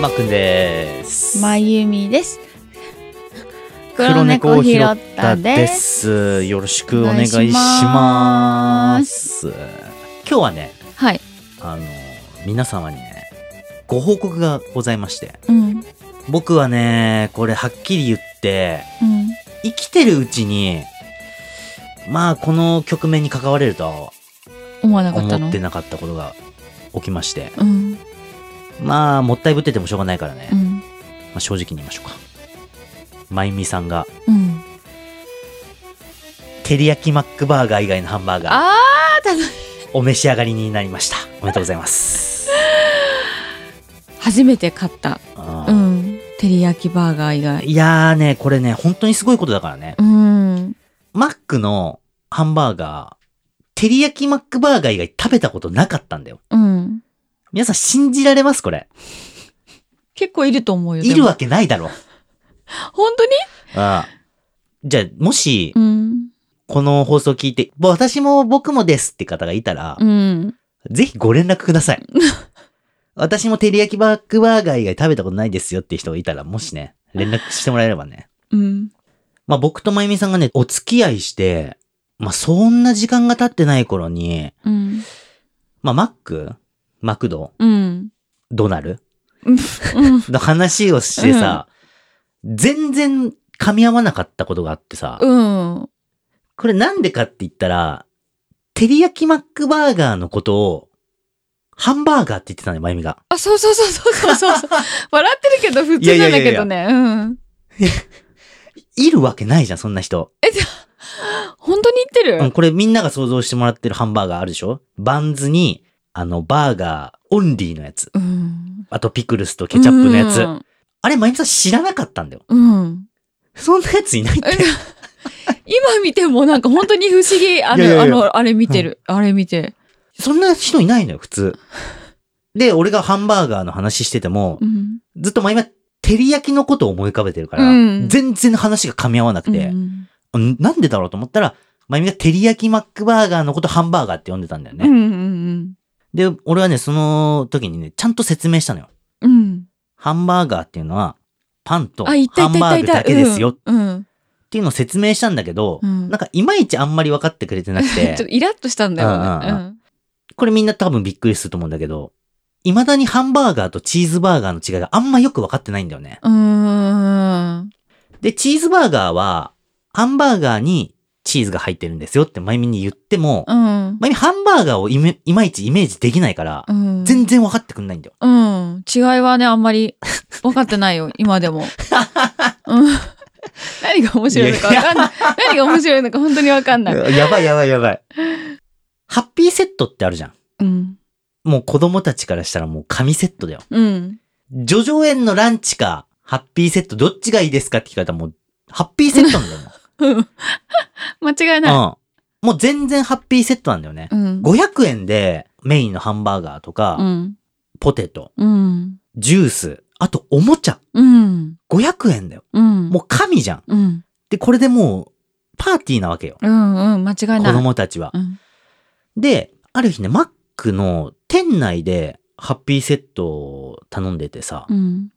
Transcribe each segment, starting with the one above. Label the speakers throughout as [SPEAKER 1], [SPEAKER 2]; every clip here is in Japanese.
[SPEAKER 1] まっくんです。
[SPEAKER 2] まゆみです。
[SPEAKER 1] 黒猫を拾ったで
[SPEAKER 2] 黒
[SPEAKER 1] す。よろしくお願いします。今日はね、
[SPEAKER 2] 猫を拾ったです。はい。
[SPEAKER 1] あの、皆様にね、ご報告がございまして。
[SPEAKER 2] うん。
[SPEAKER 1] 僕はね、これはっきり言って、
[SPEAKER 2] うん。
[SPEAKER 1] 生きてるうちに、まあ、この局面に関われるとは
[SPEAKER 2] 思わなかった
[SPEAKER 1] 思
[SPEAKER 2] の
[SPEAKER 1] ってなかったことが起きまして。
[SPEAKER 2] うん。
[SPEAKER 1] まあ、もったいぶっててもしょうがないからね
[SPEAKER 2] う。ん。
[SPEAKER 1] まあ、正直に言いましょうか。まゆみさんが、
[SPEAKER 2] うん。
[SPEAKER 1] 照り焼きマックバーガー以外のハンバーガー、
[SPEAKER 2] あー、ただ、
[SPEAKER 1] お召し上がりになりました。おめでとうございます。
[SPEAKER 2] 初めて買った。
[SPEAKER 1] あ
[SPEAKER 2] う
[SPEAKER 1] ー
[SPEAKER 2] ん。照り焼きバーガー以外。
[SPEAKER 1] いやーね、これね、本当にすごいことだからね。
[SPEAKER 2] うん。
[SPEAKER 1] マックのハンバーガー、照り焼きマックバーガー以外食べたことなかったんだよ。
[SPEAKER 2] うん。
[SPEAKER 1] 皆さん信じられますこれ。
[SPEAKER 2] 結構いると思うよ。
[SPEAKER 1] い
[SPEAKER 2] で
[SPEAKER 1] る
[SPEAKER 2] も
[SPEAKER 1] わ。けないだろ。
[SPEAKER 2] 本当に
[SPEAKER 1] あじゃあ、もし
[SPEAKER 2] う、ん。こ
[SPEAKER 1] この放送聞いて、私も僕もですって方がいたら、
[SPEAKER 2] うん。
[SPEAKER 1] ぜひご連絡ください。私も照り焼きバックバーガー以外食べたことないですよって人がいたら、もしね、連絡してもらえればね。
[SPEAKER 2] うん。
[SPEAKER 1] まあ僕とまゆみさんがね、お付き合いして、まあそんな時間が経ってない頃に、
[SPEAKER 2] うん。
[SPEAKER 1] まあマックマクド
[SPEAKER 2] うん。
[SPEAKER 1] ドナル
[SPEAKER 2] うん。
[SPEAKER 1] の話をしてさ、全然噛み合わなかったことがあってさ、
[SPEAKER 2] うん。
[SPEAKER 1] これなんでかって言ったら、照り焼きマックバーガーのことを、ハンバーガーって言ってたね、まゆみが。
[SPEAKER 2] あ、そうそうそうそう そうそう。笑ってるけど、普通なんだけどね。うん。
[SPEAKER 1] いるわけないじゃん、そんな人。
[SPEAKER 2] 本当に言ってる
[SPEAKER 1] うん、これみんなが想像してもらってるハンバーガーあるでしょバンズに、あの、バーガーオンリーのやつ。
[SPEAKER 2] うん。
[SPEAKER 1] あとピクルスとケチャップのやつ。
[SPEAKER 2] うん
[SPEAKER 1] あれ、まゆみさん知らなかったんだよ。
[SPEAKER 2] うん。
[SPEAKER 1] そんなやついないって。
[SPEAKER 2] 今見てもなんか本当に不思 議。あの、
[SPEAKER 1] いやいや
[SPEAKER 2] あ
[SPEAKER 1] いや
[SPEAKER 2] の、あれ見てる。あれ見て。
[SPEAKER 1] そんな人いないのよ、普 通。で、俺がハンバーガーの話してても
[SPEAKER 2] う、ん。
[SPEAKER 1] ずっとまゆみは照り焼きのことを思い浮かべてるから、
[SPEAKER 2] うん
[SPEAKER 1] 全然話が噛み合わなくて、
[SPEAKER 2] うん
[SPEAKER 1] うんなんでだろうと思ったら、まゆみが照り焼きマックバーガーのことハンバーガーって呼んでたんだよ
[SPEAKER 2] うんう
[SPEAKER 1] ね。
[SPEAKER 2] ん
[SPEAKER 1] で、俺はね、その時にね、ちゃんと説明したのよ。
[SPEAKER 2] うん。うん。
[SPEAKER 1] ハンバーガーっていうのは、パンとハ
[SPEAKER 2] あ、
[SPEAKER 1] ン
[SPEAKER 2] いたいたい
[SPEAKER 1] バ
[SPEAKER 2] た
[SPEAKER 1] ー
[SPEAKER 2] い
[SPEAKER 1] グ
[SPEAKER 2] た。
[SPEAKER 1] だけですよっ
[SPEAKER 2] うん。うん。
[SPEAKER 1] ていうのを説明したんだけど、
[SPEAKER 2] うん
[SPEAKER 1] なんかいまいちあんまり分かってくれてなく
[SPEAKER 2] ちょ
[SPEAKER 1] て
[SPEAKER 2] っ、とイラッとしたんだよ
[SPEAKER 1] うんうん
[SPEAKER 2] ね。
[SPEAKER 1] これみんな多分びっくりすると思うんだけど、未だにハンバーガーとチーズバーガーの違いがあんまよく分かってないんだよね。
[SPEAKER 2] うん。うーん。
[SPEAKER 1] で、チーズバーガーは、ハンバーガーにチーズが入ってるんですよってまゆみに言っても、
[SPEAKER 2] うん。
[SPEAKER 1] まゆみハンバーガーをイメいまいちイメージできないから、
[SPEAKER 2] うん。
[SPEAKER 1] 全然分かってくんないんだよ。
[SPEAKER 2] うん。違いはね、あんまり分かってないよ、今でも。うん。何が面白いのか分かんない。何が面白いのか本当に分かんない。
[SPEAKER 1] やばいやばいやばい。ハッピーセットってあるじゃん。
[SPEAKER 2] うん。
[SPEAKER 1] もう子供たちからしたらもう神セットだよ。
[SPEAKER 2] うん。
[SPEAKER 1] ジョジョ園のランチか、ハッピーセットどっちがいいですかって聞かれたらもう、ハッピーセットなんだよも
[SPEAKER 2] うん間違いない。
[SPEAKER 1] う。うん。もう全然ハッピーセットなんだよね。
[SPEAKER 2] うん。
[SPEAKER 1] 500円でメインのハンバーガーとか、
[SPEAKER 2] うん。
[SPEAKER 1] ポテト、
[SPEAKER 2] うん。
[SPEAKER 1] ジュース、あとおもちゃ。
[SPEAKER 2] うん。
[SPEAKER 1] 500円だよ。
[SPEAKER 2] うん。
[SPEAKER 1] もう神じゃん。
[SPEAKER 2] うん。
[SPEAKER 1] で、これでもう、パーティーなわけよ。
[SPEAKER 2] うんうん、間違いない。
[SPEAKER 1] 子供たちは。
[SPEAKER 2] うん。
[SPEAKER 1] で、ある日ね、マックの店内でハッピーセットを頼んでてさ
[SPEAKER 2] う。ん。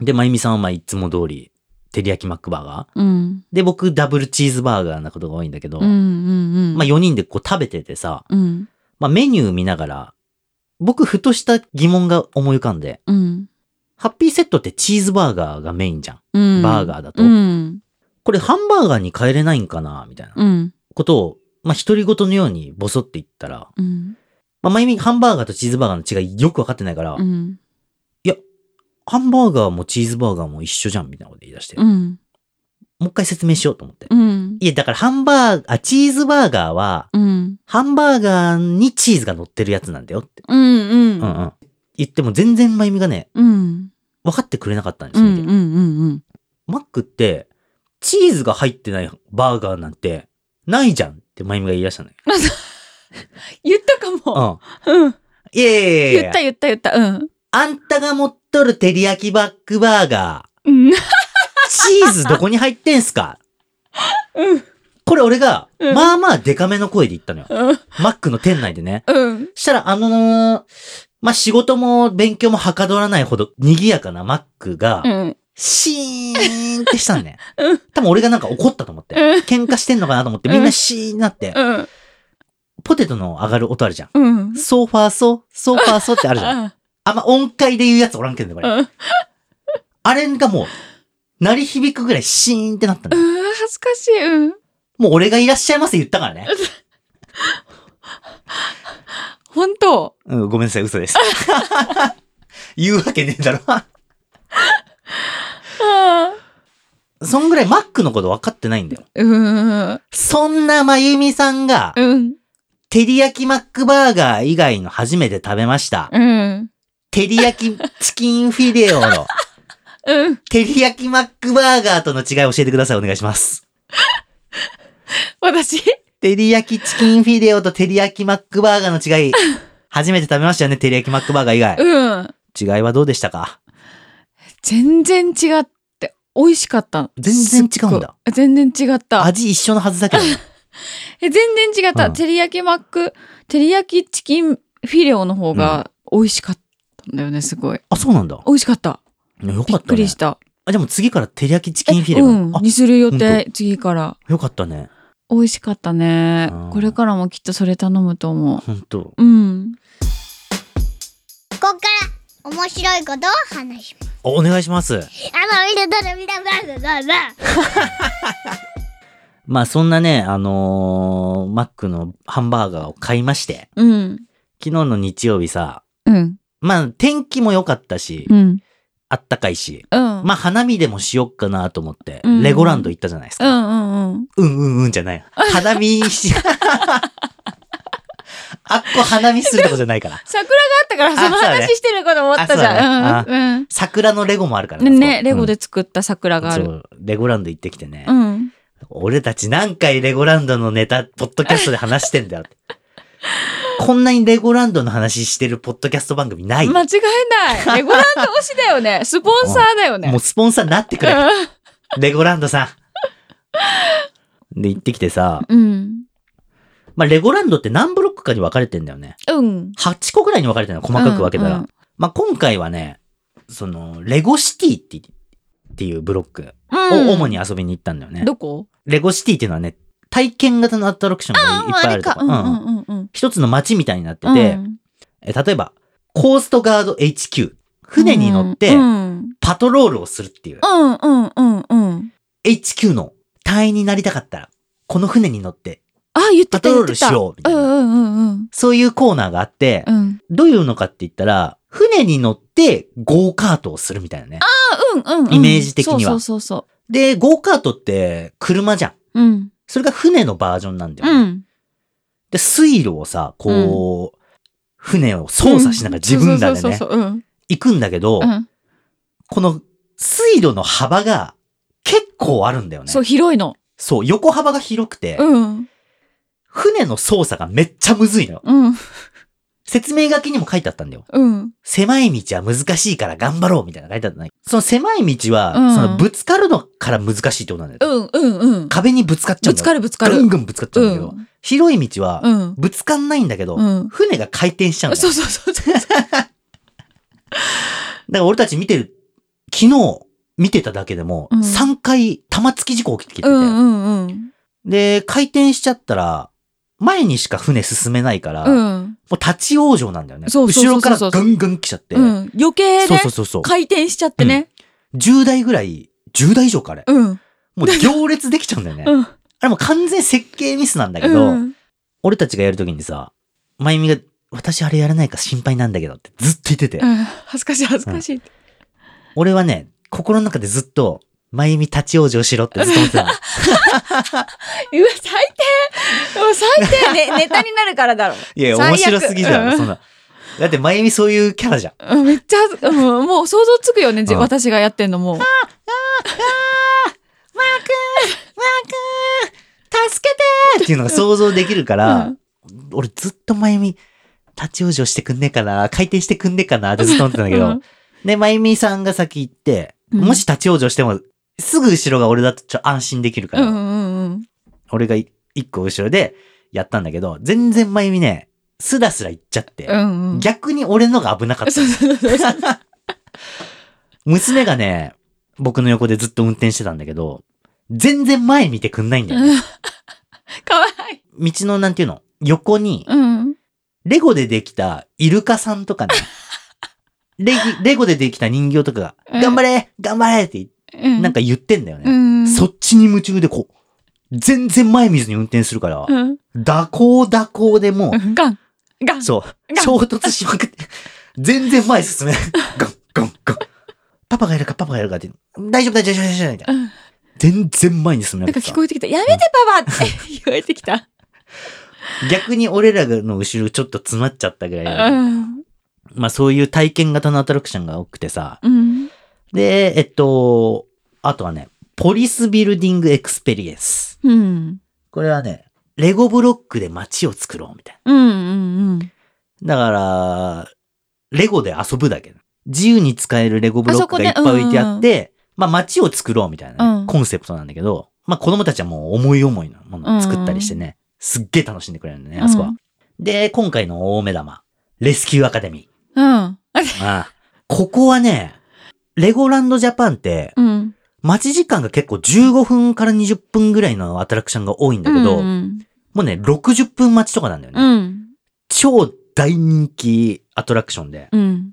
[SPEAKER 1] で、まゆみさんはまあいつも通り、照り焼きマックバーガー。
[SPEAKER 2] うん。
[SPEAKER 1] で、僕、ダブルチーズバーガーなことが多いんだけど、
[SPEAKER 2] うん。うん。
[SPEAKER 1] まあ4人でこう食べててさ、
[SPEAKER 2] うん。
[SPEAKER 1] まあメニュー見ながら、僕、ふとした疑問が思い浮かんで、
[SPEAKER 2] うん。
[SPEAKER 1] ハッピーセットってチーズバーガーがメインじゃん。
[SPEAKER 2] うん。
[SPEAKER 1] バーガーだと
[SPEAKER 2] うん。
[SPEAKER 1] これハンバーガーに変えれないんかなみたいな
[SPEAKER 2] うん。
[SPEAKER 1] ことを、まあ独り言のようにボソって言ったら、
[SPEAKER 2] うん。
[SPEAKER 1] まあ、まゆみハンバーガーとチーズバーガーの違いよくわかってないから、
[SPEAKER 2] うん。
[SPEAKER 1] ハンバーガーもチーズバーガーも一緒じゃんみたいなこと言い出して、
[SPEAKER 2] う
[SPEAKER 1] も
[SPEAKER 2] ん。
[SPEAKER 1] う一回説明しようと思って。
[SPEAKER 2] うん。
[SPEAKER 1] いや、だからハンバーガー、あ、チーズバーガーは、
[SPEAKER 2] うん。
[SPEAKER 1] ハンバーガーにチーズが乗ってるやつなんだよって。
[SPEAKER 2] うん。うん。
[SPEAKER 1] うんうん。言っても全然まゆみがね、
[SPEAKER 2] うん。
[SPEAKER 1] 分かってくれなかったんで
[SPEAKER 2] う
[SPEAKER 1] すよ、
[SPEAKER 2] ん。うん。
[SPEAKER 1] マックって、チーズが入ってないバーガーなんて、ないじゃんってまゆみが言い出したのよ。
[SPEAKER 2] 言ったかも。
[SPEAKER 1] う
[SPEAKER 2] うん。
[SPEAKER 1] ん。いやいやいやいや
[SPEAKER 2] 言った言った言った。うん。
[SPEAKER 1] あんたが持っとる照り焼きバックバーガー、
[SPEAKER 2] うん。
[SPEAKER 1] チーズどこに入ってんすか
[SPEAKER 2] うん。
[SPEAKER 1] これ俺が、
[SPEAKER 2] うん
[SPEAKER 1] まあまあデカめの声で言ったのよ。
[SPEAKER 2] うん。
[SPEAKER 1] マックの店内でね。
[SPEAKER 2] うん。
[SPEAKER 1] したら、あのーまあ仕事も勉強もはかどらないほど賑やかなマックが
[SPEAKER 2] う、ん。
[SPEAKER 1] シーンってしたんね
[SPEAKER 2] うん。
[SPEAKER 1] 多分俺がなんか怒ったと思って
[SPEAKER 2] うん。
[SPEAKER 1] 喧嘩してんのかなと思ってみんなシーンになって、
[SPEAKER 2] うん。
[SPEAKER 1] ポテトの上がる音あるじゃん。
[SPEAKER 2] うん。
[SPEAKER 1] ソファーソ、ソファーソってあるじゃん。
[SPEAKER 2] あ
[SPEAKER 1] あんま音階で言うやつおらんけどね、これ。
[SPEAKER 2] うん。
[SPEAKER 1] あれがもう、鳴り響くぐらいシーンってなった
[SPEAKER 2] う
[SPEAKER 1] の。
[SPEAKER 2] ん、恥ずかしい。うん。
[SPEAKER 1] もう俺がいらっしゃいませ言ったからね。
[SPEAKER 2] 本当
[SPEAKER 1] うん、ごめんなさい、嘘です。 言うわけねえだろ。
[SPEAKER 2] あ
[SPEAKER 1] そんぐらいマックのこと分かってないんだよ。
[SPEAKER 2] ーうん。
[SPEAKER 1] そんなまゆみさんが、
[SPEAKER 2] うん。
[SPEAKER 1] 照り焼きマックバーガー以外の初めて食べました。
[SPEAKER 2] うん。
[SPEAKER 1] 照り焼きチキンフィレオの、
[SPEAKER 2] うん。
[SPEAKER 1] 照り焼きマックバーガーとの違い教えてください、お願いします。
[SPEAKER 2] 私
[SPEAKER 1] 照り焼きチキンフィレオと照り焼きマックバーガーの 違い、初めて食べましたよね、照り焼きマックバーガー以外。
[SPEAKER 2] うん。
[SPEAKER 1] 違いはどうでしたか
[SPEAKER 2] 全然違って、美味しかったの。
[SPEAKER 1] 全然違うんだ
[SPEAKER 2] すっごい。全然違った。
[SPEAKER 1] 味一緒のはずだ けどね。
[SPEAKER 2] え、全然違っ
[SPEAKER 1] う
[SPEAKER 2] た。
[SPEAKER 1] ん
[SPEAKER 2] 照り焼きマック、照り焼きチキンフィレオの方が美味しかったんだよね、すごい。
[SPEAKER 1] あ、そうなんだ。
[SPEAKER 2] 美味しかった。
[SPEAKER 1] よ
[SPEAKER 2] び
[SPEAKER 1] か
[SPEAKER 2] っ
[SPEAKER 1] った
[SPEAKER 2] く
[SPEAKER 1] ね
[SPEAKER 2] りし。た。
[SPEAKER 1] あ、でも次から照り焼きチキンフィレオ。
[SPEAKER 2] うん
[SPEAKER 1] あ、
[SPEAKER 2] にする予
[SPEAKER 1] ほん
[SPEAKER 2] 定、次から。
[SPEAKER 1] よかったね。
[SPEAKER 2] 美味しかったね
[SPEAKER 1] うん。
[SPEAKER 2] これからもきっとそれ頼むと思う。
[SPEAKER 1] ほんと。
[SPEAKER 2] うん。
[SPEAKER 3] こっから面白いことを話しま
[SPEAKER 1] おお願いします。
[SPEAKER 3] す。あの、みんな、みんな、みんな、みんな。
[SPEAKER 1] まあそんなね、あのーマックのハンバーガーを買いまして、
[SPEAKER 2] うん。
[SPEAKER 1] 昨日の日曜日さ、
[SPEAKER 2] うん。
[SPEAKER 1] まあ天気も良かったし、
[SPEAKER 2] うん。
[SPEAKER 1] あったかいし、
[SPEAKER 2] うん。
[SPEAKER 1] まあ花見でもしよっかなと思って、
[SPEAKER 2] うん
[SPEAKER 1] レゴランド行ったじゃないです
[SPEAKER 2] う
[SPEAKER 1] か。
[SPEAKER 2] んうんうん。
[SPEAKER 1] うん、うん、うんじゃない。花見 し、あっこ花見するとこじゃないから。
[SPEAKER 2] 桜があったから、その
[SPEAKER 1] あそうだね
[SPEAKER 2] 話してるかと思ったじゃ
[SPEAKER 1] あ
[SPEAKER 2] ん。うん
[SPEAKER 1] 桜のレゴもあるから
[SPEAKER 2] うん。ね、レゴ
[SPEAKER 1] で
[SPEAKER 2] で作った桜があ
[SPEAKER 1] そ
[SPEAKER 2] る。
[SPEAKER 1] う、レゴランド行ってきてね。
[SPEAKER 2] うん。
[SPEAKER 1] 俺たち何回レゴランドのネタ、ポッドキャストで話してんだよ って。こんなにレゴランドの話してるポッドキャスト番組ない。
[SPEAKER 2] 間違え ない。レゴランド推しだよね。スポンサーだよね
[SPEAKER 1] もう。スポンサーになってくれ。レゴランドさん。で、行ってきてさ、
[SPEAKER 2] うん。
[SPEAKER 1] まあ、レゴランドって何ブロックかに分かれてんだよね。
[SPEAKER 2] うん。
[SPEAKER 1] 8個ぐらいに分かれてるの、細かく分けたら。
[SPEAKER 2] うんうん
[SPEAKER 1] まあ、今回はね、その、レゴシティって、っていうブロック
[SPEAKER 2] うん
[SPEAKER 1] を主に遊びに行ったんだよね。
[SPEAKER 2] どこ
[SPEAKER 1] レゴシティっていうのはね、体験型のアトラクションがいいっぱいあるとか。
[SPEAKER 2] うんう
[SPEAKER 1] うん
[SPEAKER 2] ん
[SPEAKER 1] うん
[SPEAKER 2] うんうん。
[SPEAKER 1] 一つの街みたいになって
[SPEAKER 2] うん
[SPEAKER 1] て、え例えば、コーストガード HQ。船に乗って
[SPEAKER 2] う、ん
[SPEAKER 1] パトロールをするっていう。
[SPEAKER 2] うんうんうんうん。
[SPEAKER 1] HQ の隊員になりたかったら、この船に乗って、
[SPEAKER 2] あ、言って
[SPEAKER 1] パ
[SPEAKER 2] た言
[SPEAKER 1] トロ
[SPEAKER 2] っ
[SPEAKER 1] ール
[SPEAKER 2] て。
[SPEAKER 1] したよう、みたい
[SPEAKER 2] うん
[SPEAKER 1] な。
[SPEAKER 2] うんうん
[SPEAKER 1] そういうコーナーがあって
[SPEAKER 2] う、ん。
[SPEAKER 1] どういうのかって言ったら、船に乗ってゴーカートをするみたいなね。
[SPEAKER 2] あ、うんうんうん。
[SPEAKER 1] イメージ的には
[SPEAKER 2] そうそうそうそ
[SPEAKER 1] で、ゴーカートって車じゃん。
[SPEAKER 2] う。うん。
[SPEAKER 1] それが船のバージョンなんだよ
[SPEAKER 2] う
[SPEAKER 1] ね。
[SPEAKER 2] ん。
[SPEAKER 1] で、水路をさ、こう、船を操作しながら自分らで
[SPEAKER 2] そう
[SPEAKER 1] ね
[SPEAKER 2] そ、うそうそう。うん。
[SPEAKER 1] 行くんだけど
[SPEAKER 2] う、ん
[SPEAKER 1] この水路の幅が結構あるんだよね
[SPEAKER 2] そ。う、広いの。
[SPEAKER 1] そう、横幅が広くて、
[SPEAKER 2] うん。
[SPEAKER 1] 船の操作がめっちゃむずいのよ。
[SPEAKER 2] うん。
[SPEAKER 1] 説明書きにも書いてあったんだよ。
[SPEAKER 2] うん。
[SPEAKER 1] 狭い道は難しいから頑張ろうみたいなの書いてあったのにその狭い道は、
[SPEAKER 2] うん
[SPEAKER 1] そのぶつかるのから難しいってことなんだ
[SPEAKER 2] う
[SPEAKER 1] よ。
[SPEAKER 2] んうんうん。
[SPEAKER 1] 壁にぶつかっちゃう
[SPEAKER 2] ぶ
[SPEAKER 1] んだ
[SPEAKER 2] つ
[SPEAKER 1] よ。
[SPEAKER 2] かるぶつか
[SPEAKER 1] ぐん
[SPEAKER 2] る。
[SPEAKER 1] ぐんぶつかっちゃ
[SPEAKER 2] う
[SPEAKER 1] うんだけ
[SPEAKER 2] ん
[SPEAKER 1] ど、。広い道は
[SPEAKER 2] う、ん。
[SPEAKER 1] ぶつかんないんだけど、
[SPEAKER 2] うん
[SPEAKER 1] 船が回転しちゃうんだ
[SPEAKER 2] そ
[SPEAKER 1] よ。
[SPEAKER 2] うそうそうそう。
[SPEAKER 1] だから俺たち見てる、昨日見てただけでも、
[SPEAKER 2] うん
[SPEAKER 1] 3回玉突き事故起きてきてて、
[SPEAKER 2] うんうんうん。
[SPEAKER 1] で、回転しちゃったら、前にしか船進めないから、も
[SPEAKER 2] うん。
[SPEAKER 1] う立ち往生なんだよね。
[SPEAKER 2] そうそう
[SPEAKER 1] 後
[SPEAKER 2] そ
[SPEAKER 1] ろ
[SPEAKER 2] う
[SPEAKER 1] か
[SPEAKER 2] そうそ
[SPEAKER 1] ら
[SPEAKER 2] う
[SPEAKER 1] ぐんぐん来ちゃって。
[SPEAKER 2] うん。余計
[SPEAKER 1] そう
[SPEAKER 2] ね
[SPEAKER 1] そ、うそうそう。
[SPEAKER 2] 回転しちゃってね。
[SPEAKER 1] 10台ぐらい、10台以上かあれ。
[SPEAKER 2] うん。
[SPEAKER 1] もう行列できちゃうんだよね。
[SPEAKER 2] うん。
[SPEAKER 1] あれもう完全設計ミスなんだけど、
[SPEAKER 2] うん。
[SPEAKER 1] 俺たちがやるときにさ、まゆみが、私あれやらないか心配なんだけどってずっと言ってて、
[SPEAKER 2] うん恥ずかしい恥ずかしい。
[SPEAKER 1] 俺はね、心の中でずっと、まゆみ立ち往生しろってずっと思ってたの。
[SPEAKER 2] うわ、最低もう 最低ね、ネタになるからだろ。
[SPEAKER 1] いや、
[SPEAKER 2] 最悪
[SPEAKER 1] 面白すぎだ
[SPEAKER 2] う
[SPEAKER 1] ろ、
[SPEAKER 2] ん
[SPEAKER 1] そんな。だって、まゆみそういうキャラじゃん。
[SPEAKER 2] うんめっちゃ恥ず、うんもう想像つくよね、じ
[SPEAKER 1] うん
[SPEAKER 2] 私がやってんのもう。
[SPEAKER 1] 助けてーっていうのが想像できるから、
[SPEAKER 2] うん
[SPEAKER 1] 俺ずっとまゆみ、立ち往生してくんねえかな、回転してくんねえかなってずっと思ってたんだけど、
[SPEAKER 2] うん
[SPEAKER 1] で、まゆみさんが先行って、
[SPEAKER 2] うん
[SPEAKER 1] もし立ち往生しても、すぐ後ろが俺だとちょっと安心できるか
[SPEAKER 2] う
[SPEAKER 1] ら、
[SPEAKER 2] んうんうん。
[SPEAKER 1] 俺がい一個後ろでやったんだけど、全然まゆみね、スラスラ言っちゃって、
[SPEAKER 2] うんうん。
[SPEAKER 1] 逆に俺のが危なかっ
[SPEAKER 2] そうそうそうそう。
[SPEAKER 1] た。 娘がね、僕の横でずっと運転してたんだけど、全然前見てくんないんだよね。
[SPEAKER 2] かわいい。
[SPEAKER 1] 道のなんていうの横に、
[SPEAKER 2] うん。
[SPEAKER 1] レゴでできたイルカさんとかね、レギレゴでできた人形とか
[SPEAKER 2] う
[SPEAKER 1] が、
[SPEAKER 2] ん
[SPEAKER 1] 頑張れ頑張れって、
[SPEAKER 2] うん。
[SPEAKER 1] なんか言ってんだよ
[SPEAKER 2] う
[SPEAKER 1] ね。
[SPEAKER 2] ん。
[SPEAKER 1] そっちに夢中でこう、全然前見ずに運転するから、
[SPEAKER 2] うん。
[SPEAKER 1] 蛇行蛇行でもう、
[SPEAKER 2] ガン。ガン。
[SPEAKER 1] そう、
[SPEAKER 2] ガン
[SPEAKER 1] 衝突しまくって、全然前進 めない。ゴン、ゴン、ゴン。パパがいるか、パパがいるかって、大丈夫、大丈夫、大丈夫、大丈夫、みたいな。全然前に進め
[SPEAKER 2] な
[SPEAKER 1] なん
[SPEAKER 2] か
[SPEAKER 1] く
[SPEAKER 2] 聞
[SPEAKER 1] てさ
[SPEAKER 2] こえてきた。やめてパ パって聞こえてきた。
[SPEAKER 1] 逆に俺らの後ろちょっと詰まっちゃったぐらいなの。
[SPEAKER 2] うん。
[SPEAKER 1] まあそういう体験型のアトラクションが多くてさ。
[SPEAKER 2] うん。
[SPEAKER 1] で、えっと、あとはね、ポリスビルディングエクスペリエンス。
[SPEAKER 2] うん。
[SPEAKER 1] これはね、レゴブロックで街を作ろうみたい
[SPEAKER 2] うん。うん。
[SPEAKER 1] な。だから、レゴで遊ぶだけ。自由に使えるレゴブロックがいっぱい置いてあって、まあ街を作ろうみたいなね、
[SPEAKER 2] うん
[SPEAKER 1] コンセプトなんだけど、まあ子供たちはもう思い思いのものを作ったりしてね、すっげえ楽しんでくれるんだね、あそこは。
[SPEAKER 2] うん
[SPEAKER 1] で、今回の大目玉、レスキューアカデミ
[SPEAKER 2] う
[SPEAKER 1] ー。
[SPEAKER 2] ん。
[SPEAKER 1] ああここはね、レゴランドジャパンって、
[SPEAKER 2] うん。
[SPEAKER 1] 待ち時間が結構15分から20分ぐらいのアトラクションが多いんだけど、
[SPEAKER 2] うん。
[SPEAKER 1] もうね、60分待ちとかなんだよね。
[SPEAKER 2] うん。
[SPEAKER 1] 超大人気アトラクションで。
[SPEAKER 2] うん。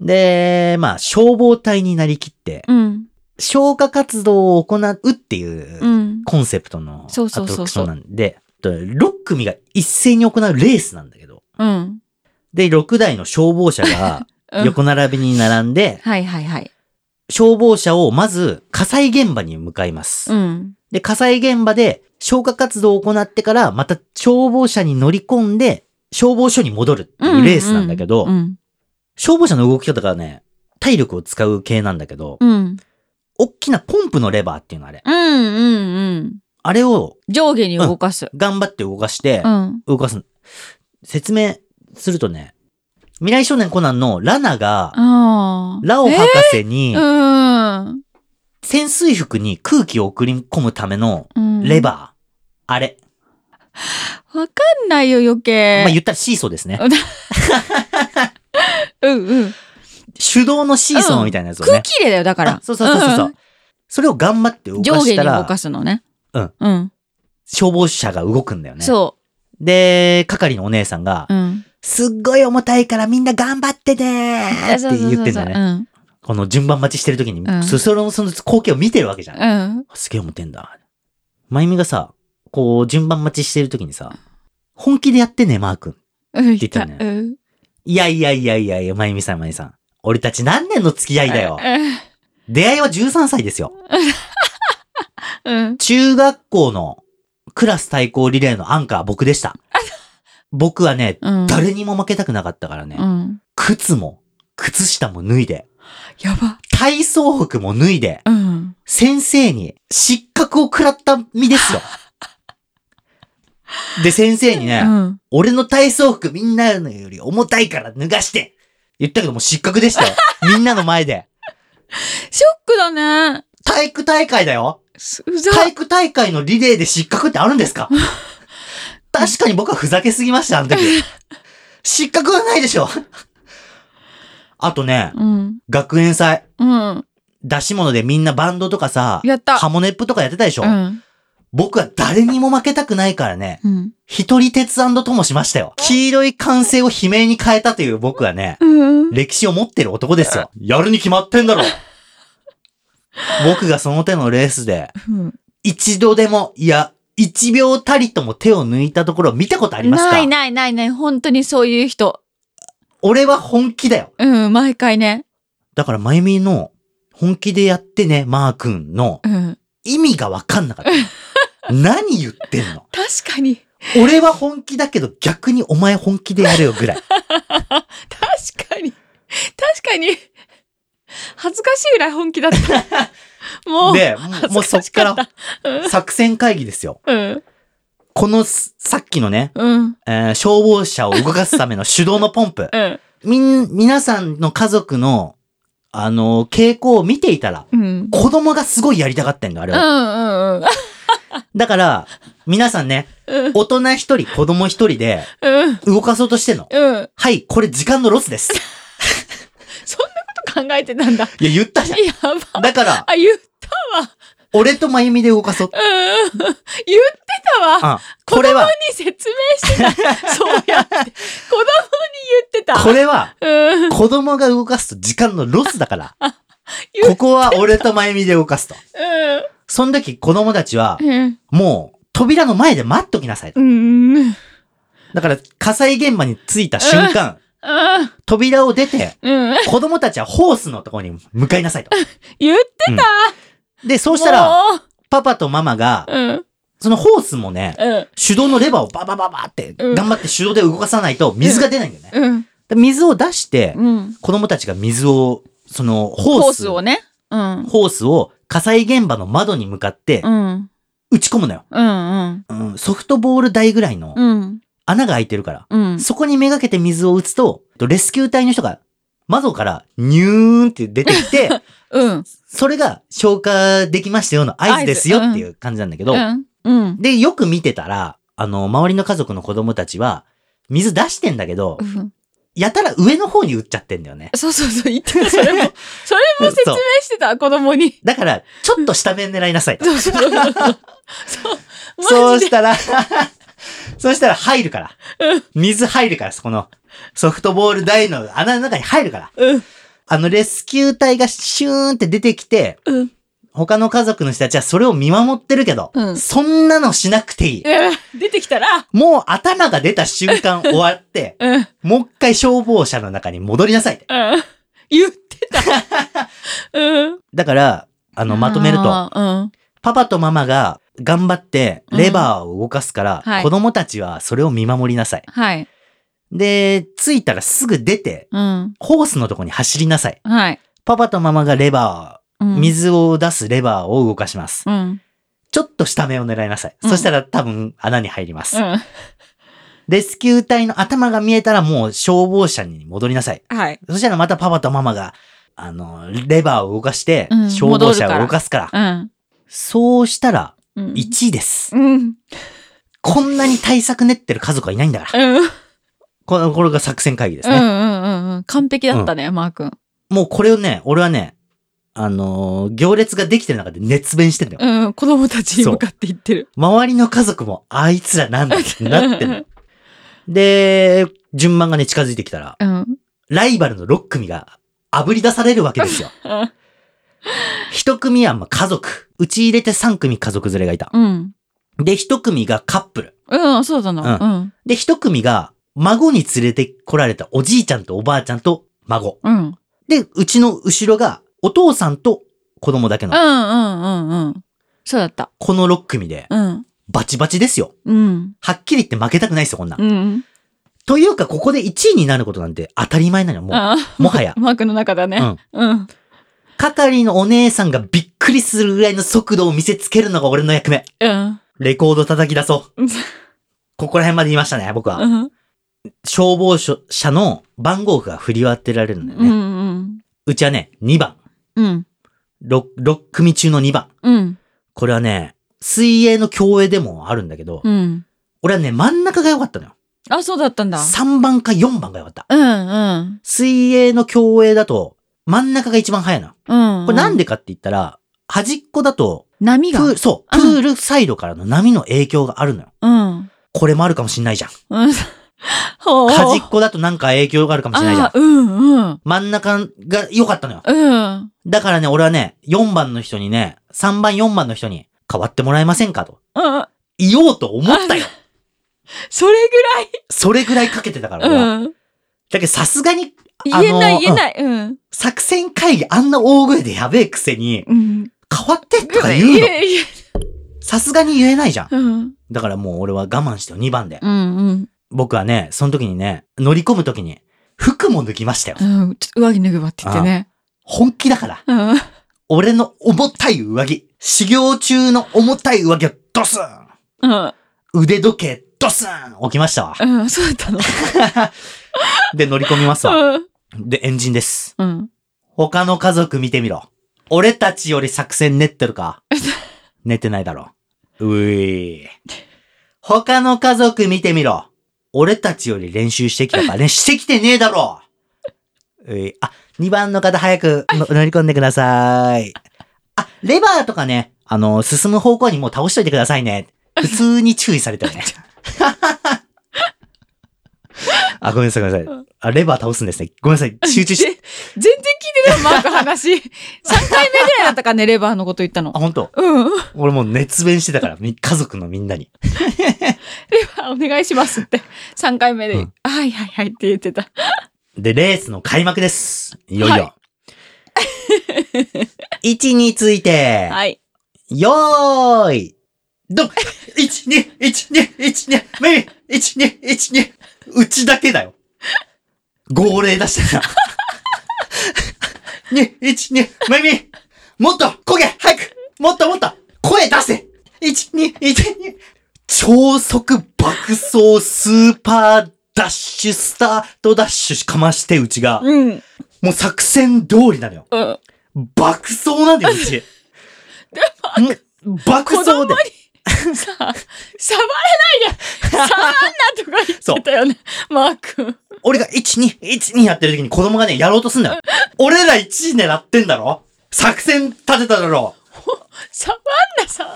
[SPEAKER 1] で、まあ、消防隊になりきって、
[SPEAKER 2] うん。。
[SPEAKER 1] 消火活動を行うっていううんコンセプトのアト
[SPEAKER 2] そう
[SPEAKER 1] ラ
[SPEAKER 2] そうそうそう
[SPEAKER 1] クションなんで、6組が一斉に行うレースなんだけど、
[SPEAKER 2] うん。
[SPEAKER 1] で、6台の消防 車が横並びに並んで、
[SPEAKER 2] はいはいはい。
[SPEAKER 1] 消防車をまず火災現場に向かいます。
[SPEAKER 2] うん。
[SPEAKER 1] で、火災現場で消火活動を行ってから、また消防車に乗り込んで、消防署に戻るっていうレースなんだけど、
[SPEAKER 2] うん。
[SPEAKER 1] 消防車の動き方がね、体力を使う系なんだけど、
[SPEAKER 2] うん。
[SPEAKER 1] 大きなポンプのレバーっていうのあれ。
[SPEAKER 2] うんうんうん。
[SPEAKER 1] あれを
[SPEAKER 2] 上下に動かす。
[SPEAKER 1] 頑張って動かして
[SPEAKER 2] う、ん。
[SPEAKER 1] 動かす。説明するとね、未来少年コナンのラナが、
[SPEAKER 2] ああ。
[SPEAKER 1] ラオ
[SPEAKER 2] え
[SPEAKER 1] 博士に
[SPEAKER 2] う、ん
[SPEAKER 1] 潜水服に空気を送り込むための
[SPEAKER 2] うん。
[SPEAKER 1] レバー。あれ。
[SPEAKER 2] ー。わかんないよ余計
[SPEAKER 1] まあ、。言ったらシーソーですね。
[SPEAKER 2] うんうん。
[SPEAKER 1] 手動のシーソーみたいなやつを
[SPEAKER 2] 空
[SPEAKER 1] ね。
[SPEAKER 2] 気入れだよだから
[SPEAKER 1] あ。そうそうそうそうそう、
[SPEAKER 2] ん。
[SPEAKER 1] それを頑張って動
[SPEAKER 2] 上
[SPEAKER 1] かし
[SPEAKER 2] 下
[SPEAKER 1] た
[SPEAKER 2] に動
[SPEAKER 1] ら
[SPEAKER 2] か、すのね。
[SPEAKER 1] うん。
[SPEAKER 2] うん。
[SPEAKER 1] 消防車が動くんだよね。
[SPEAKER 2] そ
[SPEAKER 1] で、係のお姉さんが
[SPEAKER 2] う。、うん。
[SPEAKER 1] すっごい重たいからみんな頑張ってねーって言ってんだよね。
[SPEAKER 2] ね。
[SPEAKER 1] この順番待ちしてる時に、
[SPEAKER 2] うん
[SPEAKER 1] そそのその光景を見てるわけじゃん。
[SPEAKER 2] うん。うん。
[SPEAKER 1] すげえ思ってんだ。まゆみがさ、こう順番待ちしてる時にさ、本気でやってね、マー君。
[SPEAKER 2] うん。
[SPEAKER 1] 言ったね
[SPEAKER 2] うん。
[SPEAKER 1] いやいやいやいやいや、まゆみさんまゆみさん。俺たち何年の付き合いだよ。出会いは13歳ですよ。
[SPEAKER 2] うん。
[SPEAKER 1] 中学校のクラス対抗リレーのアンカー僕でした。僕はね、
[SPEAKER 2] うん。
[SPEAKER 1] 誰にも負けたくなかったからね、
[SPEAKER 2] うん。
[SPEAKER 1] 靴も、靴下も脱いで、
[SPEAKER 2] やば。
[SPEAKER 1] 体操服も脱いで、
[SPEAKER 2] うん。
[SPEAKER 1] 先生に失格を食らった身で すよ。で、先生にね、
[SPEAKER 2] うん。
[SPEAKER 1] 俺の体操服みんなのより重たいから脱がして言ったけどもう失格で したよ。みんなの前で。
[SPEAKER 2] ショックだね。
[SPEAKER 1] 体育大会だよ
[SPEAKER 2] すうざ。
[SPEAKER 1] 体育大会のリレーで失格ってあるんで すか確かに僕はふざけすぎました、あの時。失格はないでしょ。あとね、
[SPEAKER 2] うん。
[SPEAKER 1] 学園祭。
[SPEAKER 2] うん。
[SPEAKER 1] 出し物でみんなバンドとかさ、
[SPEAKER 2] やった
[SPEAKER 1] ハモネップとかやってたでしょ、
[SPEAKER 2] うん。
[SPEAKER 1] 僕は誰にも負けたくないからね、
[SPEAKER 2] うん。
[SPEAKER 1] 一人鉄ともしましたよ。黄色い歓声を悲鳴に変えたという僕はね、
[SPEAKER 2] うん。
[SPEAKER 1] 歴史を持ってる男ですよ。やるに決まって んだろ僕がその手のレースで、一度でも、いや、一秒たりとも手を抜いたところを見たことありますか
[SPEAKER 2] ないないないない。本当にそういう人。
[SPEAKER 1] 俺は本気だよ。
[SPEAKER 2] うん。毎回ね。
[SPEAKER 1] だから、まゆみの、本気でやってね、マー君の、
[SPEAKER 2] うん。
[SPEAKER 1] 意味がわかんな かった。何言ってんの
[SPEAKER 2] 確かに。
[SPEAKER 1] 俺は本気だけど、逆にお前本気でやれよぐらい。
[SPEAKER 2] 確かに。確かに。恥ずかしいぐらい本気だ った。もう。
[SPEAKER 1] で、もうもう
[SPEAKER 2] 恥ず
[SPEAKER 1] そっ
[SPEAKER 2] し
[SPEAKER 1] か
[SPEAKER 2] かった
[SPEAKER 1] ら、作戦会議ですよ。
[SPEAKER 2] うん。
[SPEAKER 1] このす、さっきのね、
[SPEAKER 2] うん。。
[SPEAKER 1] えー消防車を動かすための手動のポンプ
[SPEAKER 2] うん。
[SPEAKER 1] みん、皆さんの家族の、あのー傾向を見ていたら、
[SPEAKER 2] うん。
[SPEAKER 1] 子供がすごいやりたがってんの、あれ
[SPEAKER 2] うんう
[SPEAKER 1] は。
[SPEAKER 2] んうん。
[SPEAKER 1] だから、皆さんね、
[SPEAKER 2] うん。
[SPEAKER 1] 大人一人、子供一人で
[SPEAKER 2] うん。
[SPEAKER 1] 動かそうとしてんの。
[SPEAKER 2] うん。
[SPEAKER 1] はい、これ時間のロスです。
[SPEAKER 2] そんなこと考えてたんだ。
[SPEAKER 1] いや、言ったじゃ
[SPEAKER 2] やば
[SPEAKER 1] ん。。 だから、
[SPEAKER 2] あ、言った
[SPEAKER 1] 俺とまゆみで動かそう。
[SPEAKER 2] うん。言ってたわ。
[SPEAKER 1] あこれは、
[SPEAKER 2] 子供に説明して た。そうやって。子供に言ってた。
[SPEAKER 1] これは、
[SPEAKER 2] うん。
[SPEAKER 1] 子供が動かすと時間のロスだから、
[SPEAKER 2] 言
[SPEAKER 1] ここは俺とまゆみで動かすと。
[SPEAKER 2] う
[SPEAKER 1] その時子供たちは、
[SPEAKER 2] ん。
[SPEAKER 1] もう、扉の前で待っときなさいと。
[SPEAKER 2] うん。うん。
[SPEAKER 1] だから、火災現場に着いた瞬間、
[SPEAKER 2] うん。
[SPEAKER 1] 扉を出て、
[SPEAKER 2] うん。
[SPEAKER 1] 子供たちはホースのところに向かいなさいと。
[SPEAKER 2] 言って
[SPEAKER 1] で、そう
[SPEAKER 2] た
[SPEAKER 1] したら、
[SPEAKER 2] もう
[SPEAKER 1] パパとママが、
[SPEAKER 2] うん。
[SPEAKER 1] そのホースもね、
[SPEAKER 2] うん。
[SPEAKER 1] 手動のレバーをババババって、
[SPEAKER 2] うん
[SPEAKER 1] 頑張って手動で動かさないと水が出ないんだよね。
[SPEAKER 2] うん。
[SPEAKER 1] で水を出して、
[SPEAKER 2] うん。
[SPEAKER 1] 子供たちが水を、そのホース、
[SPEAKER 2] コースをね。うん。
[SPEAKER 1] ホースを火災現場の窓に向かって
[SPEAKER 2] うん。
[SPEAKER 1] 打ち込むのよ。
[SPEAKER 2] うん。
[SPEAKER 1] うん、ソフトボール台ぐらいの
[SPEAKER 2] うん。
[SPEAKER 1] 穴が開いてるから、
[SPEAKER 2] うん。
[SPEAKER 1] そこにめがけて水を打つと、レスキュー隊の人が窓からニューンって出てき て、
[SPEAKER 2] うん。
[SPEAKER 1] それが消化できましたよの合図ですよ
[SPEAKER 2] 合図うん
[SPEAKER 1] っていう感じなんだけど、
[SPEAKER 2] うん。うん。
[SPEAKER 1] で、よく見てたら、あの、周りの家族の子供たちは、水出してんだけど
[SPEAKER 2] う、ん
[SPEAKER 1] やたら上の方に打っちゃってんだよね。
[SPEAKER 2] そうそうそう、言 ってた、それも。それも説明してた、子供に。
[SPEAKER 1] だから、ちょっと下面狙いなさいと。
[SPEAKER 2] そうそうそうそう。そう、
[SPEAKER 1] そ
[SPEAKER 2] マ
[SPEAKER 1] う
[SPEAKER 2] ジ
[SPEAKER 1] し
[SPEAKER 2] で。
[SPEAKER 1] たら、そうしたら入るから。水入るから、そこの、ソフトボール台の穴の中に入るから。
[SPEAKER 2] うん。
[SPEAKER 1] あの、レスキュー隊がシューンって出てきて、
[SPEAKER 2] うん。
[SPEAKER 1] 他の家族の人たちはそれを見守ってるけど、
[SPEAKER 2] うん
[SPEAKER 1] そんなのしなくていい。
[SPEAKER 2] 出てきたら、
[SPEAKER 1] もう頭が出た瞬間終わって、
[SPEAKER 2] うん。うん。
[SPEAKER 1] もう一回消防車の中に戻りなさいって。
[SPEAKER 2] 言って た。うん。
[SPEAKER 1] だから、あの、まとめると、
[SPEAKER 2] あーうん。
[SPEAKER 1] パパとママが頑張ってレバーを動かすから、
[SPEAKER 2] うんはい
[SPEAKER 1] 子供たちはそれを見守りなさい。
[SPEAKER 2] はい。
[SPEAKER 1] で、着いたらすぐ出て、
[SPEAKER 2] うん。
[SPEAKER 1] ホースのとこに走りなさい。
[SPEAKER 2] はい。
[SPEAKER 1] パパとママがレバ
[SPEAKER 2] う
[SPEAKER 1] ー、
[SPEAKER 2] ん。。
[SPEAKER 1] 水を出すレバーを動かします。
[SPEAKER 2] うん。
[SPEAKER 1] ちょっと下目を狙いなさい。
[SPEAKER 2] うん
[SPEAKER 1] そしたら多分穴に入ります。
[SPEAKER 2] うん。
[SPEAKER 1] レスキュー隊の頭が見えたらもう消防車に戻りなさい。
[SPEAKER 2] はい。
[SPEAKER 1] そしたらまたパパとママが、あの、レバーを動かして
[SPEAKER 2] う、ん
[SPEAKER 1] 消防車
[SPEAKER 2] 戻るか
[SPEAKER 1] を
[SPEAKER 2] ら
[SPEAKER 1] 動かすから。
[SPEAKER 2] うん。
[SPEAKER 1] そうしたら、
[SPEAKER 2] うん。
[SPEAKER 1] 1位です。
[SPEAKER 2] うん。
[SPEAKER 1] こんなに対策練ってる家族はいないんだから。
[SPEAKER 2] うん。
[SPEAKER 1] この、これが作戦会議です
[SPEAKER 2] うんうん
[SPEAKER 1] ね。
[SPEAKER 2] うんうん。完璧だったね、マー君。
[SPEAKER 1] もうこれをね、俺はね、あのー行列ができてる中で熱弁してんだよ。
[SPEAKER 2] うん、子供たちに向かって言ってる。
[SPEAKER 1] 周りの家族も、あいつらなんだってなってんの。で、順番がね、近づいてきたら、
[SPEAKER 2] うん。
[SPEAKER 1] ライバルの6組が、炙り出されるわけですよ。1組はまあ家族。うち入れて3組家族連れがいた。
[SPEAKER 2] うん。
[SPEAKER 1] で、1組がカップル。
[SPEAKER 2] うん、そうだな。うん。
[SPEAKER 1] で、1組が、孫に連れてこられたおじいちゃんとおばあちゃんと孫。
[SPEAKER 2] うん。うん
[SPEAKER 1] で、うちの後ろが、お父さんと子供だけ
[SPEAKER 2] う
[SPEAKER 1] の、
[SPEAKER 2] んうんうん。そうだった。
[SPEAKER 1] この6組で、
[SPEAKER 2] うん。
[SPEAKER 1] バチバチですよ。
[SPEAKER 2] うん。
[SPEAKER 1] はっきり言って負けたくないですよ、こんなん
[SPEAKER 2] う。ん。
[SPEAKER 1] というか、ここで1位になることなんて当たり前なのよ、も
[SPEAKER 2] あ
[SPEAKER 1] う。もはや
[SPEAKER 2] あ、。マークの中だ
[SPEAKER 1] う
[SPEAKER 2] ね。
[SPEAKER 1] ん。
[SPEAKER 2] うん。
[SPEAKER 1] 係のお姉さんがびっくりするぐらいの速度を見せつけるのが俺の役目。
[SPEAKER 2] うん。
[SPEAKER 1] レコード叩き出そ う
[SPEAKER 2] うん。
[SPEAKER 1] ここら辺まで言いましたね、僕
[SPEAKER 2] う
[SPEAKER 1] は。
[SPEAKER 2] ん。
[SPEAKER 1] 消防車の番号が振り当てられるんだよ
[SPEAKER 2] う
[SPEAKER 1] ね。
[SPEAKER 2] ん。
[SPEAKER 1] うちはね、2番。
[SPEAKER 2] うん。
[SPEAKER 1] 6、6組中の2番。
[SPEAKER 2] うん。
[SPEAKER 1] これはね、水泳の競泳でもあるんだけど、
[SPEAKER 2] うん。
[SPEAKER 1] 俺はね、真ん中が良かったのよ。
[SPEAKER 2] あ、そうだったんだ。
[SPEAKER 1] 3番か4番が良かった。
[SPEAKER 2] うんうん。
[SPEAKER 1] 水泳の競泳だと、真ん中が一番早いの。
[SPEAKER 2] うん。
[SPEAKER 1] これなん
[SPEAKER 2] で
[SPEAKER 1] でかって言ったら、端っこだと、
[SPEAKER 2] 波
[SPEAKER 1] プ
[SPEAKER 2] が。
[SPEAKER 1] ーそう、プ
[SPEAKER 2] うん
[SPEAKER 1] ールサイドからの波の影響があるのよ。
[SPEAKER 2] うん。
[SPEAKER 1] これもあるかもしんないじゃん。
[SPEAKER 2] うん。ほう。
[SPEAKER 1] 端っこだとなんか影響があるかもしんないじゃん
[SPEAKER 2] あ。うんうん。
[SPEAKER 1] 真ん中が良かったのよ。
[SPEAKER 2] うん。
[SPEAKER 1] だからね、俺はね、4番の人にね、3番4番の人に変わってもらえませんかと
[SPEAKER 2] うん。
[SPEAKER 1] 言おうと思っ たよ。
[SPEAKER 2] それ
[SPEAKER 1] それぐらいかけてたから
[SPEAKER 2] ぐ
[SPEAKER 1] 俺は。
[SPEAKER 2] らい。うん。
[SPEAKER 1] だけどさすがに、
[SPEAKER 2] 言えな
[SPEAKER 1] あの
[SPEAKER 2] い言えない。うん。
[SPEAKER 1] 作戦会議あんな大声でやべえくせに、
[SPEAKER 2] うん。
[SPEAKER 1] 変わってとか
[SPEAKER 2] い
[SPEAKER 1] 言うの
[SPEAKER 2] やいや
[SPEAKER 1] さすがに言えないじゃん。
[SPEAKER 2] うん。
[SPEAKER 1] だからもう俺は我慢してよ、2番で。
[SPEAKER 2] うんうん。
[SPEAKER 1] 僕はね、その時にね、乗り込む時に、服も脱ぎましたよ。
[SPEAKER 2] うん。ちょっと上着脱ぐわって言ってね。
[SPEAKER 1] 本気だから。
[SPEAKER 2] うん。
[SPEAKER 1] 俺の重たい上着。修行中の重たい上着をドス
[SPEAKER 2] う
[SPEAKER 1] ン
[SPEAKER 2] ん。
[SPEAKER 1] 腕時計ドスン置きましたわ。
[SPEAKER 2] うん。そうだったの。
[SPEAKER 1] で、乗り込みますわ。
[SPEAKER 2] そう。
[SPEAKER 1] で、エンジンです。
[SPEAKER 2] うん。
[SPEAKER 1] 他の家族見てみろ。俺たちより作戦練ってるか。寝てないだろ。うい。他の家族見てみろ。俺たちより練習してきたからね、してきてねえだろういあ、2番の方早くの乗り込んでください。あ、レバーとかね、あの、進む方向にもう倒しといてくださいね。普通に注意されたよね。あ、ごめんなさい、ごめんなさい。あ、レバー倒すんですね。ごめんなさい、集 中し
[SPEAKER 2] 全然聞いてないマーク話。3回目ぐらいだったかね、レバーのこと言ったの
[SPEAKER 1] あ、。本当。
[SPEAKER 2] うん。レ
[SPEAKER 1] 俺もう熱弁してたから、み家族のみんなに。
[SPEAKER 2] バーお願いしますって。3回目で、
[SPEAKER 1] うん
[SPEAKER 2] はいはいはいって言ってた。
[SPEAKER 1] で、レースの開幕です。いよいよ。
[SPEAKER 2] は
[SPEAKER 1] 位置について、
[SPEAKER 2] はい。
[SPEAKER 1] よーい、どん !1、2、1、2、1、2、メイ !1、2、1、2、うちだけだよ。号令出してた。2、1、2、メイもっと焦げ早くもっともっと声出せ !1、2、1、2、超速爆走スーパーダッシュスタートダッシュかましてうちが、
[SPEAKER 2] うん。
[SPEAKER 1] もう作戦通りなのよ。
[SPEAKER 2] うん。
[SPEAKER 1] 爆走なんだよ、う ち。もう爆
[SPEAKER 2] 子
[SPEAKER 1] 走
[SPEAKER 2] 供
[SPEAKER 1] で
[SPEAKER 2] に。さ、触らないで、触らんなとか言ってたよね、マー君。
[SPEAKER 1] 俺が1、2、1、2やってる時に子供がね、やろうとすんだよ。俺ら1位狙ってんだろ作戦立てただろ
[SPEAKER 2] 触んな、触ん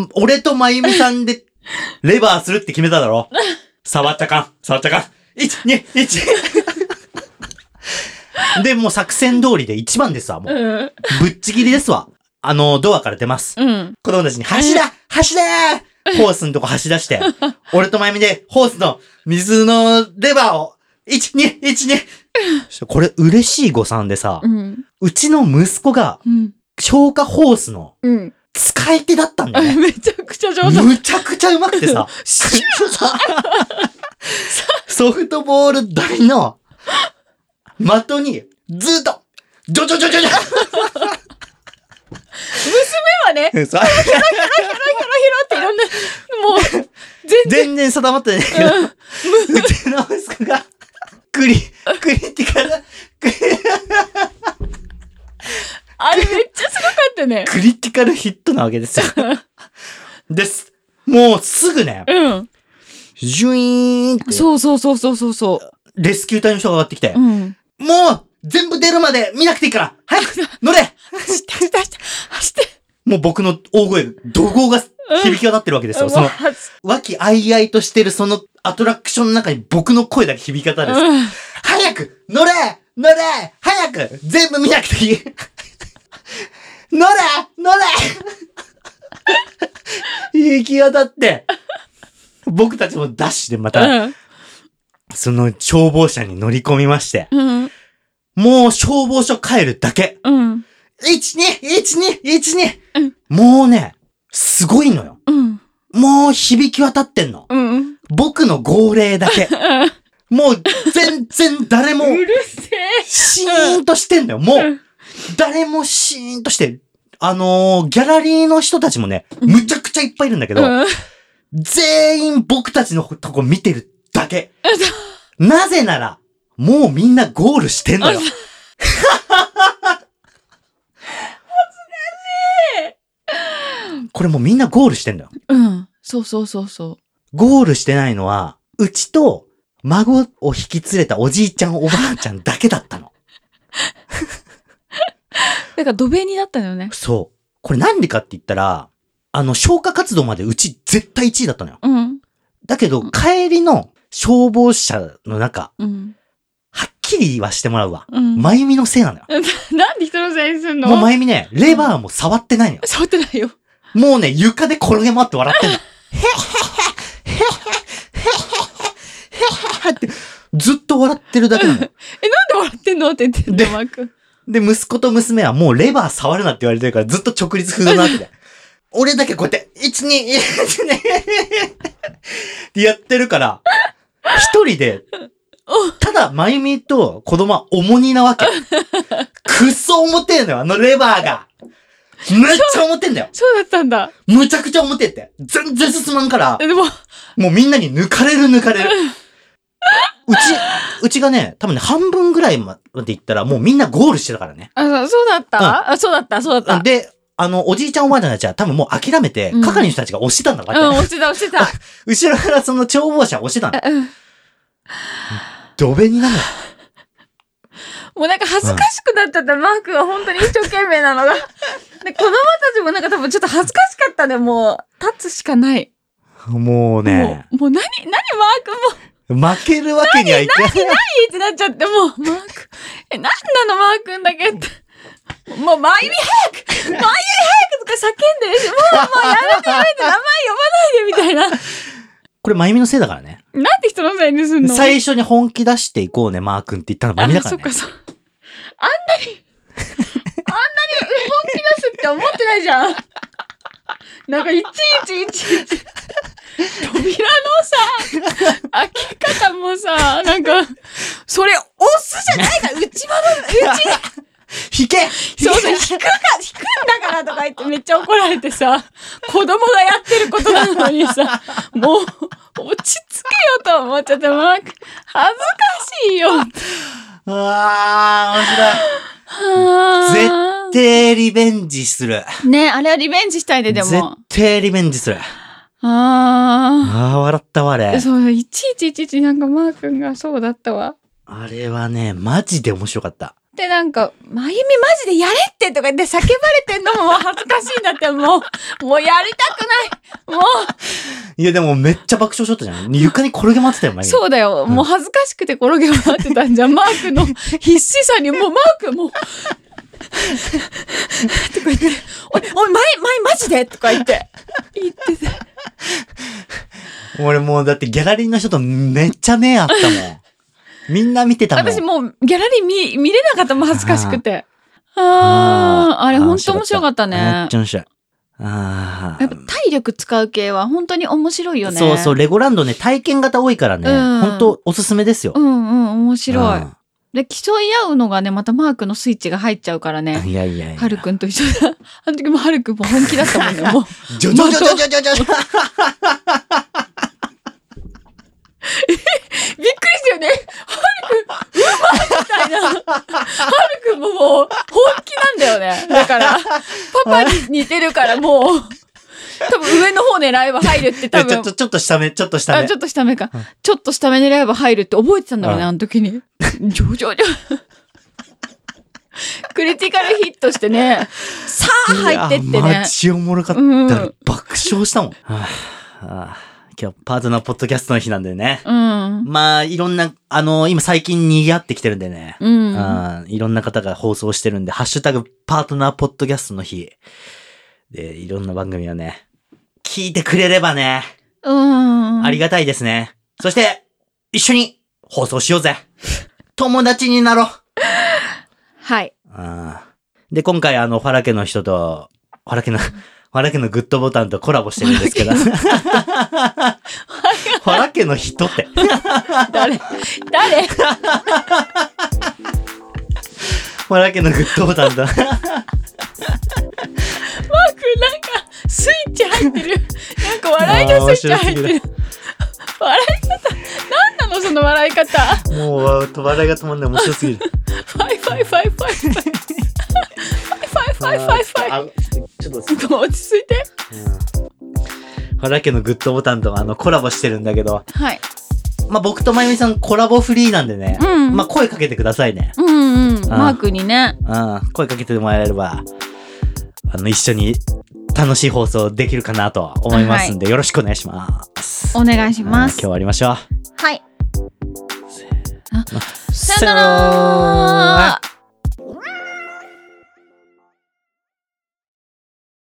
[SPEAKER 2] な。
[SPEAKER 1] ん俺とまゆみさんで、レバーするって決めただろ触ったかん触ったかん !1、2、1! で、もう作戦通りで1番ですわ、もう。
[SPEAKER 2] うん。
[SPEAKER 1] ぶっちぎりですわ。あの、ドアから出ます。
[SPEAKER 2] うん。
[SPEAKER 1] 子供たちに、橋だ橋だホースのとこ走らして、俺とまゆみで、ホースの水のレバーを、1、2、1、2! これ嬉しい誤算でさ
[SPEAKER 2] う、ん。
[SPEAKER 1] うちの息子が
[SPEAKER 2] うん。
[SPEAKER 1] 消火ホースの
[SPEAKER 2] うん。
[SPEAKER 1] 使い手だったんだよね。
[SPEAKER 2] めちゃくちゃ上手。
[SPEAKER 1] むちゃくちゃうまくてさ、 ソフトボール台の的にずっと、ジョジョジョジョジ
[SPEAKER 2] 今ね、
[SPEAKER 1] ョそう
[SPEAKER 2] っていろんな、もう、全然、
[SPEAKER 1] 全然定まってないけど、うちの息子が、クリ、クリティカル、クリ
[SPEAKER 2] あれめっちゃすごかったね。
[SPEAKER 1] クリティカルヒットなわけですよ。です。もうすぐね、
[SPEAKER 2] うん。
[SPEAKER 1] ジュイーンって、
[SPEAKER 2] そうそうそうそうそうそ
[SPEAKER 1] レスキュー隊の人が上がってきて、
[SPEAKER 2] う。うん。
[SPEAKER 1] もう全部出るまで見なくていいから早く乗れ
[SPEAKER 2] 走って、走って、走って、走って。
[SPEAKER 1] もう僕の大声、怒号が響き渡ってるわけですよ。そ
[SPEAKER 2] もう
[SPEAKER 1] の、
[SPEAKER 2] 走っ
[SPEAKER 1] 和気あいあいとしてるそのアトラクションの中に僕の声だけ響き渡るんです。
[SPEAKER 2] うん
[SPEAKER 1] 早く乗れ乗れ早く全部見なくてい い乗れ 乗れ行き渡って、僕たちもダッシュでまた、その消防車に乗り込みまして、
[SPEAKER 2] うん。
[SPEAKER 1] もう消防署帰るだけ。
[SPEAKER 2] うん。
[SPEAKER 1] 1、2、1、2、
[SPEAKER 2] う
[SPEAKER 1] 1、
[SPEAKER 2] ん
[SPEAKER 1] 2! もうね、すごいのよ。
[SPEAKER 2] うん。
[SPEAKER 1] もう響き渡ってんの。
[SPEAKER 2] うん。
[SPEAKER 1] 僕の号令だ け。もう全然誰も、
[SPEAKER 2] うるせえ。
[SPEAKER 1] シーンとしてんのよ。も
[SPEAKER 2] う、
[SPEAKER 1] うん誰もシーンとして、あのーギャラリーの人たちもね、むちゃくちゃいっぱいいるんだけど、
[SPEAKER 2] うん。
[SPEAKER 1] 全員僕たちのとこ見てるだ け。なぜなら、もうみんなゴールしてんのよ。恥ずかしいこれもうみんなゴールしてんのよ。
[SPEAKER 2] うん。そうそうそうそ
[SPEAKER 1] ゴールしてないのは、うちと孫を引き連れたおじいちゃんおばあちゃんだけだったの。
[SPEAKER 2] う。だから、土弁になったのよね。
[SPEAKER 1] そう。これなんでかって言ったら、あの、消火活動までうち絶対1位だったのよ。
[SPEAKER 2] うん。
[SPEAKER 1] だけど、帰りの消防車の中、
[SPEAKER 2] うん。
[SPEAKER 1] はっきりはしてもらうわ。
[SPEAKER 2] うん。
[SPEAKER 1] まゆみのせいなのよ。
[SPEAKER 2] なんで人のせいにすんの
[SPEAKER 1] もうまゆみね、レバーも触ってないのよ。
[SPEAKER 2] 触ってないよ。
[SPEAKER 1] もうね、床で転げ回って笑ってんの。へへへへへへへへへへへって、ずっと笑ってるだけなのよ。
[SPEAKER 2] え、なんで笑ってんのって言ってん
[SPEAKER 1] で
[SPEAKER 2] の、マー君。
[SPEAKER 1] で、息子と娘はもうレバー触るなって言われてるからずっと直立不動なわけで。 俺だけこうやって、1、2、1、2、ってやってるから、一人で、ただ、まゆみと子供は重荷なわけ。くっそ重てえのよ、あのレバーが。めっちゃ重てえんだよ。
[SPEAKER 2] そうだったんだ。
[SPEAKER 1] むちゃくちゃ重てえって。全然進まんから
[SPEAKER 2] え、でも、
[SPEAKER 1] もうみんなに抜かれる抜かれる。うち、うちがね、多分ね、半分ぐらいまで行ったらもうみんなゴールしてたからね。
[SPEAKER 2] あ、そうだった、あ、そうだった、そうだった。
[SPEAKER 1] で、あの、おじいちゃんおばあちゃんたちは多分もう諦めて
[SPEAKER 2] う、ん
[SPEAKER 1] 係の人たちが押してたんだか
[SPEAKER 2] うん、
[SPEAKER 1] ら、
[SPEAKER 2] 押してた、押して た。
[SPEAKER 1] 後ろからその眺望者押してたの。
[SPEAKER 2] うん
[SPEAKER 1] ドベになるの。
[SPEAKER 2] もうなんか恥ずかしくなっちゃった、マークが本当に一生懸命なのが。で、子供たちもなんか多分ちょっと恥ずかしかったね、もう。立つしかない。
[SPEAKER 1] もうね、
[SPEAKER 2] もう、もう何、何マークもう
[SPEAKER 1] 負けるわけにはいかない。
[SPEAKER 2] いいってなっちゃって、もう、マーク、え、なんなのマー君だけって。もう、前指早く前指早くとか叫んでるし、もう、もうやめてやめて、名前呼ばないでみたいな。
[SPEAKER 1] これ、まゆみのせいだからね。
[SPEAKER 2] なんで人のせいにすんの
[SPEAKER 1] 最初に本気出していこうね、マー君って言ったのまゆみだ
[SPEAKER 2] あ、
[SPEAKER 1] か
[SPEAKER 2] そ
[SPEAKER 1] ら
[SPEAKER 2] っか。
[SPEAKER 1] ね
[SPEAKER 2] そっか。あんなに、あんなに本気出すって思ってないじゃん。なんか、いちいちいちいち。扉のさ、開け方もさ、なんか、それ、押すじゃないから、内窓の、内
[SPEAKER 1] 引け
[SPEAKER 2] そうそう、引くか、引くんだからとか言ってめっちゃ怒られてさ、子供がやってることなのにさ、もう、落ち着けよと思っちゃって、マーク、恥ずかしいよ。
[SPEAKER 1] あー、面白い。絶対リベンジする。
[SPEAKER 2] ねあれはリベンジしたいね、で
[SPEAKER 1] 絶
[SPEAKER 2] も。
[SPEAKER 1] 対リベンジする。
[SPEAKER 2] あ
[SPEAKER 1] ああ、笑ったわ、あ
[SPEAKER 2] あ。
[SPEAKER 1] れ。
[SPEAKER 2] そう、いちいちいちいちなんかマー君がそうだったわ。
[SPEAKER 1] あれはね、マジで面白かった。
[SPEAKER 2] で、なんか、まゆみマジでやれってとか言って叫ばれてんのも恥ずかしいんだって、もう、もうやりたくない。もう、
[SPEAKER 1] いや、でもめっちゃ爆笑しとったじゃん。床に転げ回ってたよ、前に。
[SPEAKER 2] そうだよ。
[SPEAKER 1] ん
[SPEAKER 2] もう恥ずかしくて転げ回ってたんじゃん。マークの 必死さに、もうマークもう、とか言って、おい、おい、前、前マジでとか言って、言ってて。
[SPEAKER 1] 俺もうだってギャラリーの人とめっちゃ目合ったもん。みんな見てたもん。
[SPEAKER 2] 私もうギャラリー見、見れなかったもん恥ずかしくて。あ
[SPEAKER 1] あ
[SPEAKER 2] あ、あれ本当面白かったね。
[SPEAKER 1] め
[SPEAKER 2] や
[SPEAKER 1] っ
[SPEAKER 2] っ
[SPEAKER 1] ちゃ面白い。あ
[SPEAKER 2] ぱ
[SPEAKER 1] あ。
[SPEAKER 2] 体力使う系は本当に面白いよね。
[SPEAKER 1] そうそう、。レゴランドね、体験型多いからね、
[SPEAKER 2] うん
[SPEAKER 1] 本当おすすめですよ。
[SPEAKER 2] うんうん、面白い。
[SPEAKER 1] あ
[SPEAKER 2] で、競い合うのがね、またマークのスイッチが入っちゃうから
[SPEAKER 1] ー
[SPEAKER 2] ね。
[SPEAKER 1] いやいやいや。
[SPEAKER 2] はるくんと一緒だ。あの時もはるくんも本気だったもんね。もう、
[SPEAKER 1] ジョジョジョジョジョジョジョ
[SPEAKER 2] びっくりしたよね。はるくん、うまいみたいな。はるくんももう、本気なんだよね。だから、パパに似てるからもう、多分上の方狙えば入るって多
[SPEAKER 1] えちょ
[SPEAKER 2] 分
[SPEAKER 1] っ。と、ちょっと下目、ちょっと下
[SPEAKER 2] あ、
[SPEAKER 1] 目
[SPEAKER 2] ち。ょっと下目か
[SPEAKER 1] うん。
[SPEAKER 2] ちょっと下目狙えば入るって覚えてたんだろうね、
[SPEAKER 1] うん
[SPEAKER 2] あの時に。ジョジョジョ。クリティカルヒットしてね、さあ入ってっ
[SPEAKER 1] い
[SPEAKER 2] て
[SPEAKER 1] や
[SPEAKER 2] ね
[SPEAKER 1] マ。ジおもろかった。
[SPEAKER 2] うん。
[SPEAKER 1] 爆笑したもん。はあはあ今日、パートナーポッドキャストの日なんでね。
[SPEAKER 2] うん。
[SPEAKER 1] まあ、いろんな、あの、今最近賑わってきてるんでね。
[SPEAKER 2] うん。
[SPEAKER 1] あーいろんな方が放送してるんで、ハッシュタグ、パートナーポッドキャストの日。で、いろんな番組をね、聞いてくれればね、
[SPEAKER 2] うん。
[SPEAKER 1] ありがたいですね。そして、一緒に放送しよ うぜ。友達になろう。
[SPEAKER 2] はい。
[SPEAKER 1] あーで、今回あの、ファラ家の人と、ファラ家の、ファラ家のグッドボタンとコラボしてるんですけど。ファラ家の人って。
[SPEAKER 2] 誰誰
[SPEAKER 1] ファラ家のグッドボタン
[SPEAKER 2] マ
[SPEAKER 1] と。
[SPEAKER 2] ークなんかスイッチ入ってるなんか笑いのスイッチ入ってる笑い方何なのその笑い方フ
[SPEAKER 1] もう、笑いが止まんない。面白 すぎる。
[SPEAKER 2] ァイファイファイファイファイファイファイファイファイ
[SPEAKER 1] あちょっと、
[SPEAKER 2] ちょっと落ち着いて
[SPEAKER 1] ファラ家のグッドボタンとあの、コラボしてるんだけど。
[SPEAKER 2] はい
[SPEAKER 1] まあ、僕とまゆみさんコラボフリーなんでね。
[SPEAKER 2] うん
[SPEAKER 1] まあ、声かけてくださいね。
[SPEAKER 2] うんうん
[SPEAKER 1] あ
[SPEAKER 2] マークにね
[SPEAKER 1] うん。声かけてもらえれば、あの、一緒に楽しい放送できるかなと思いますんで、よろしくお願いします。
[SPEAKER 2] お願いしま
[SPEAKER 1] うん
[SPEAKER 2] す
[SPEAKER 1] 今日はありましょう。
[SPEAKER 3] はい
[SPEAKER 2] さよなら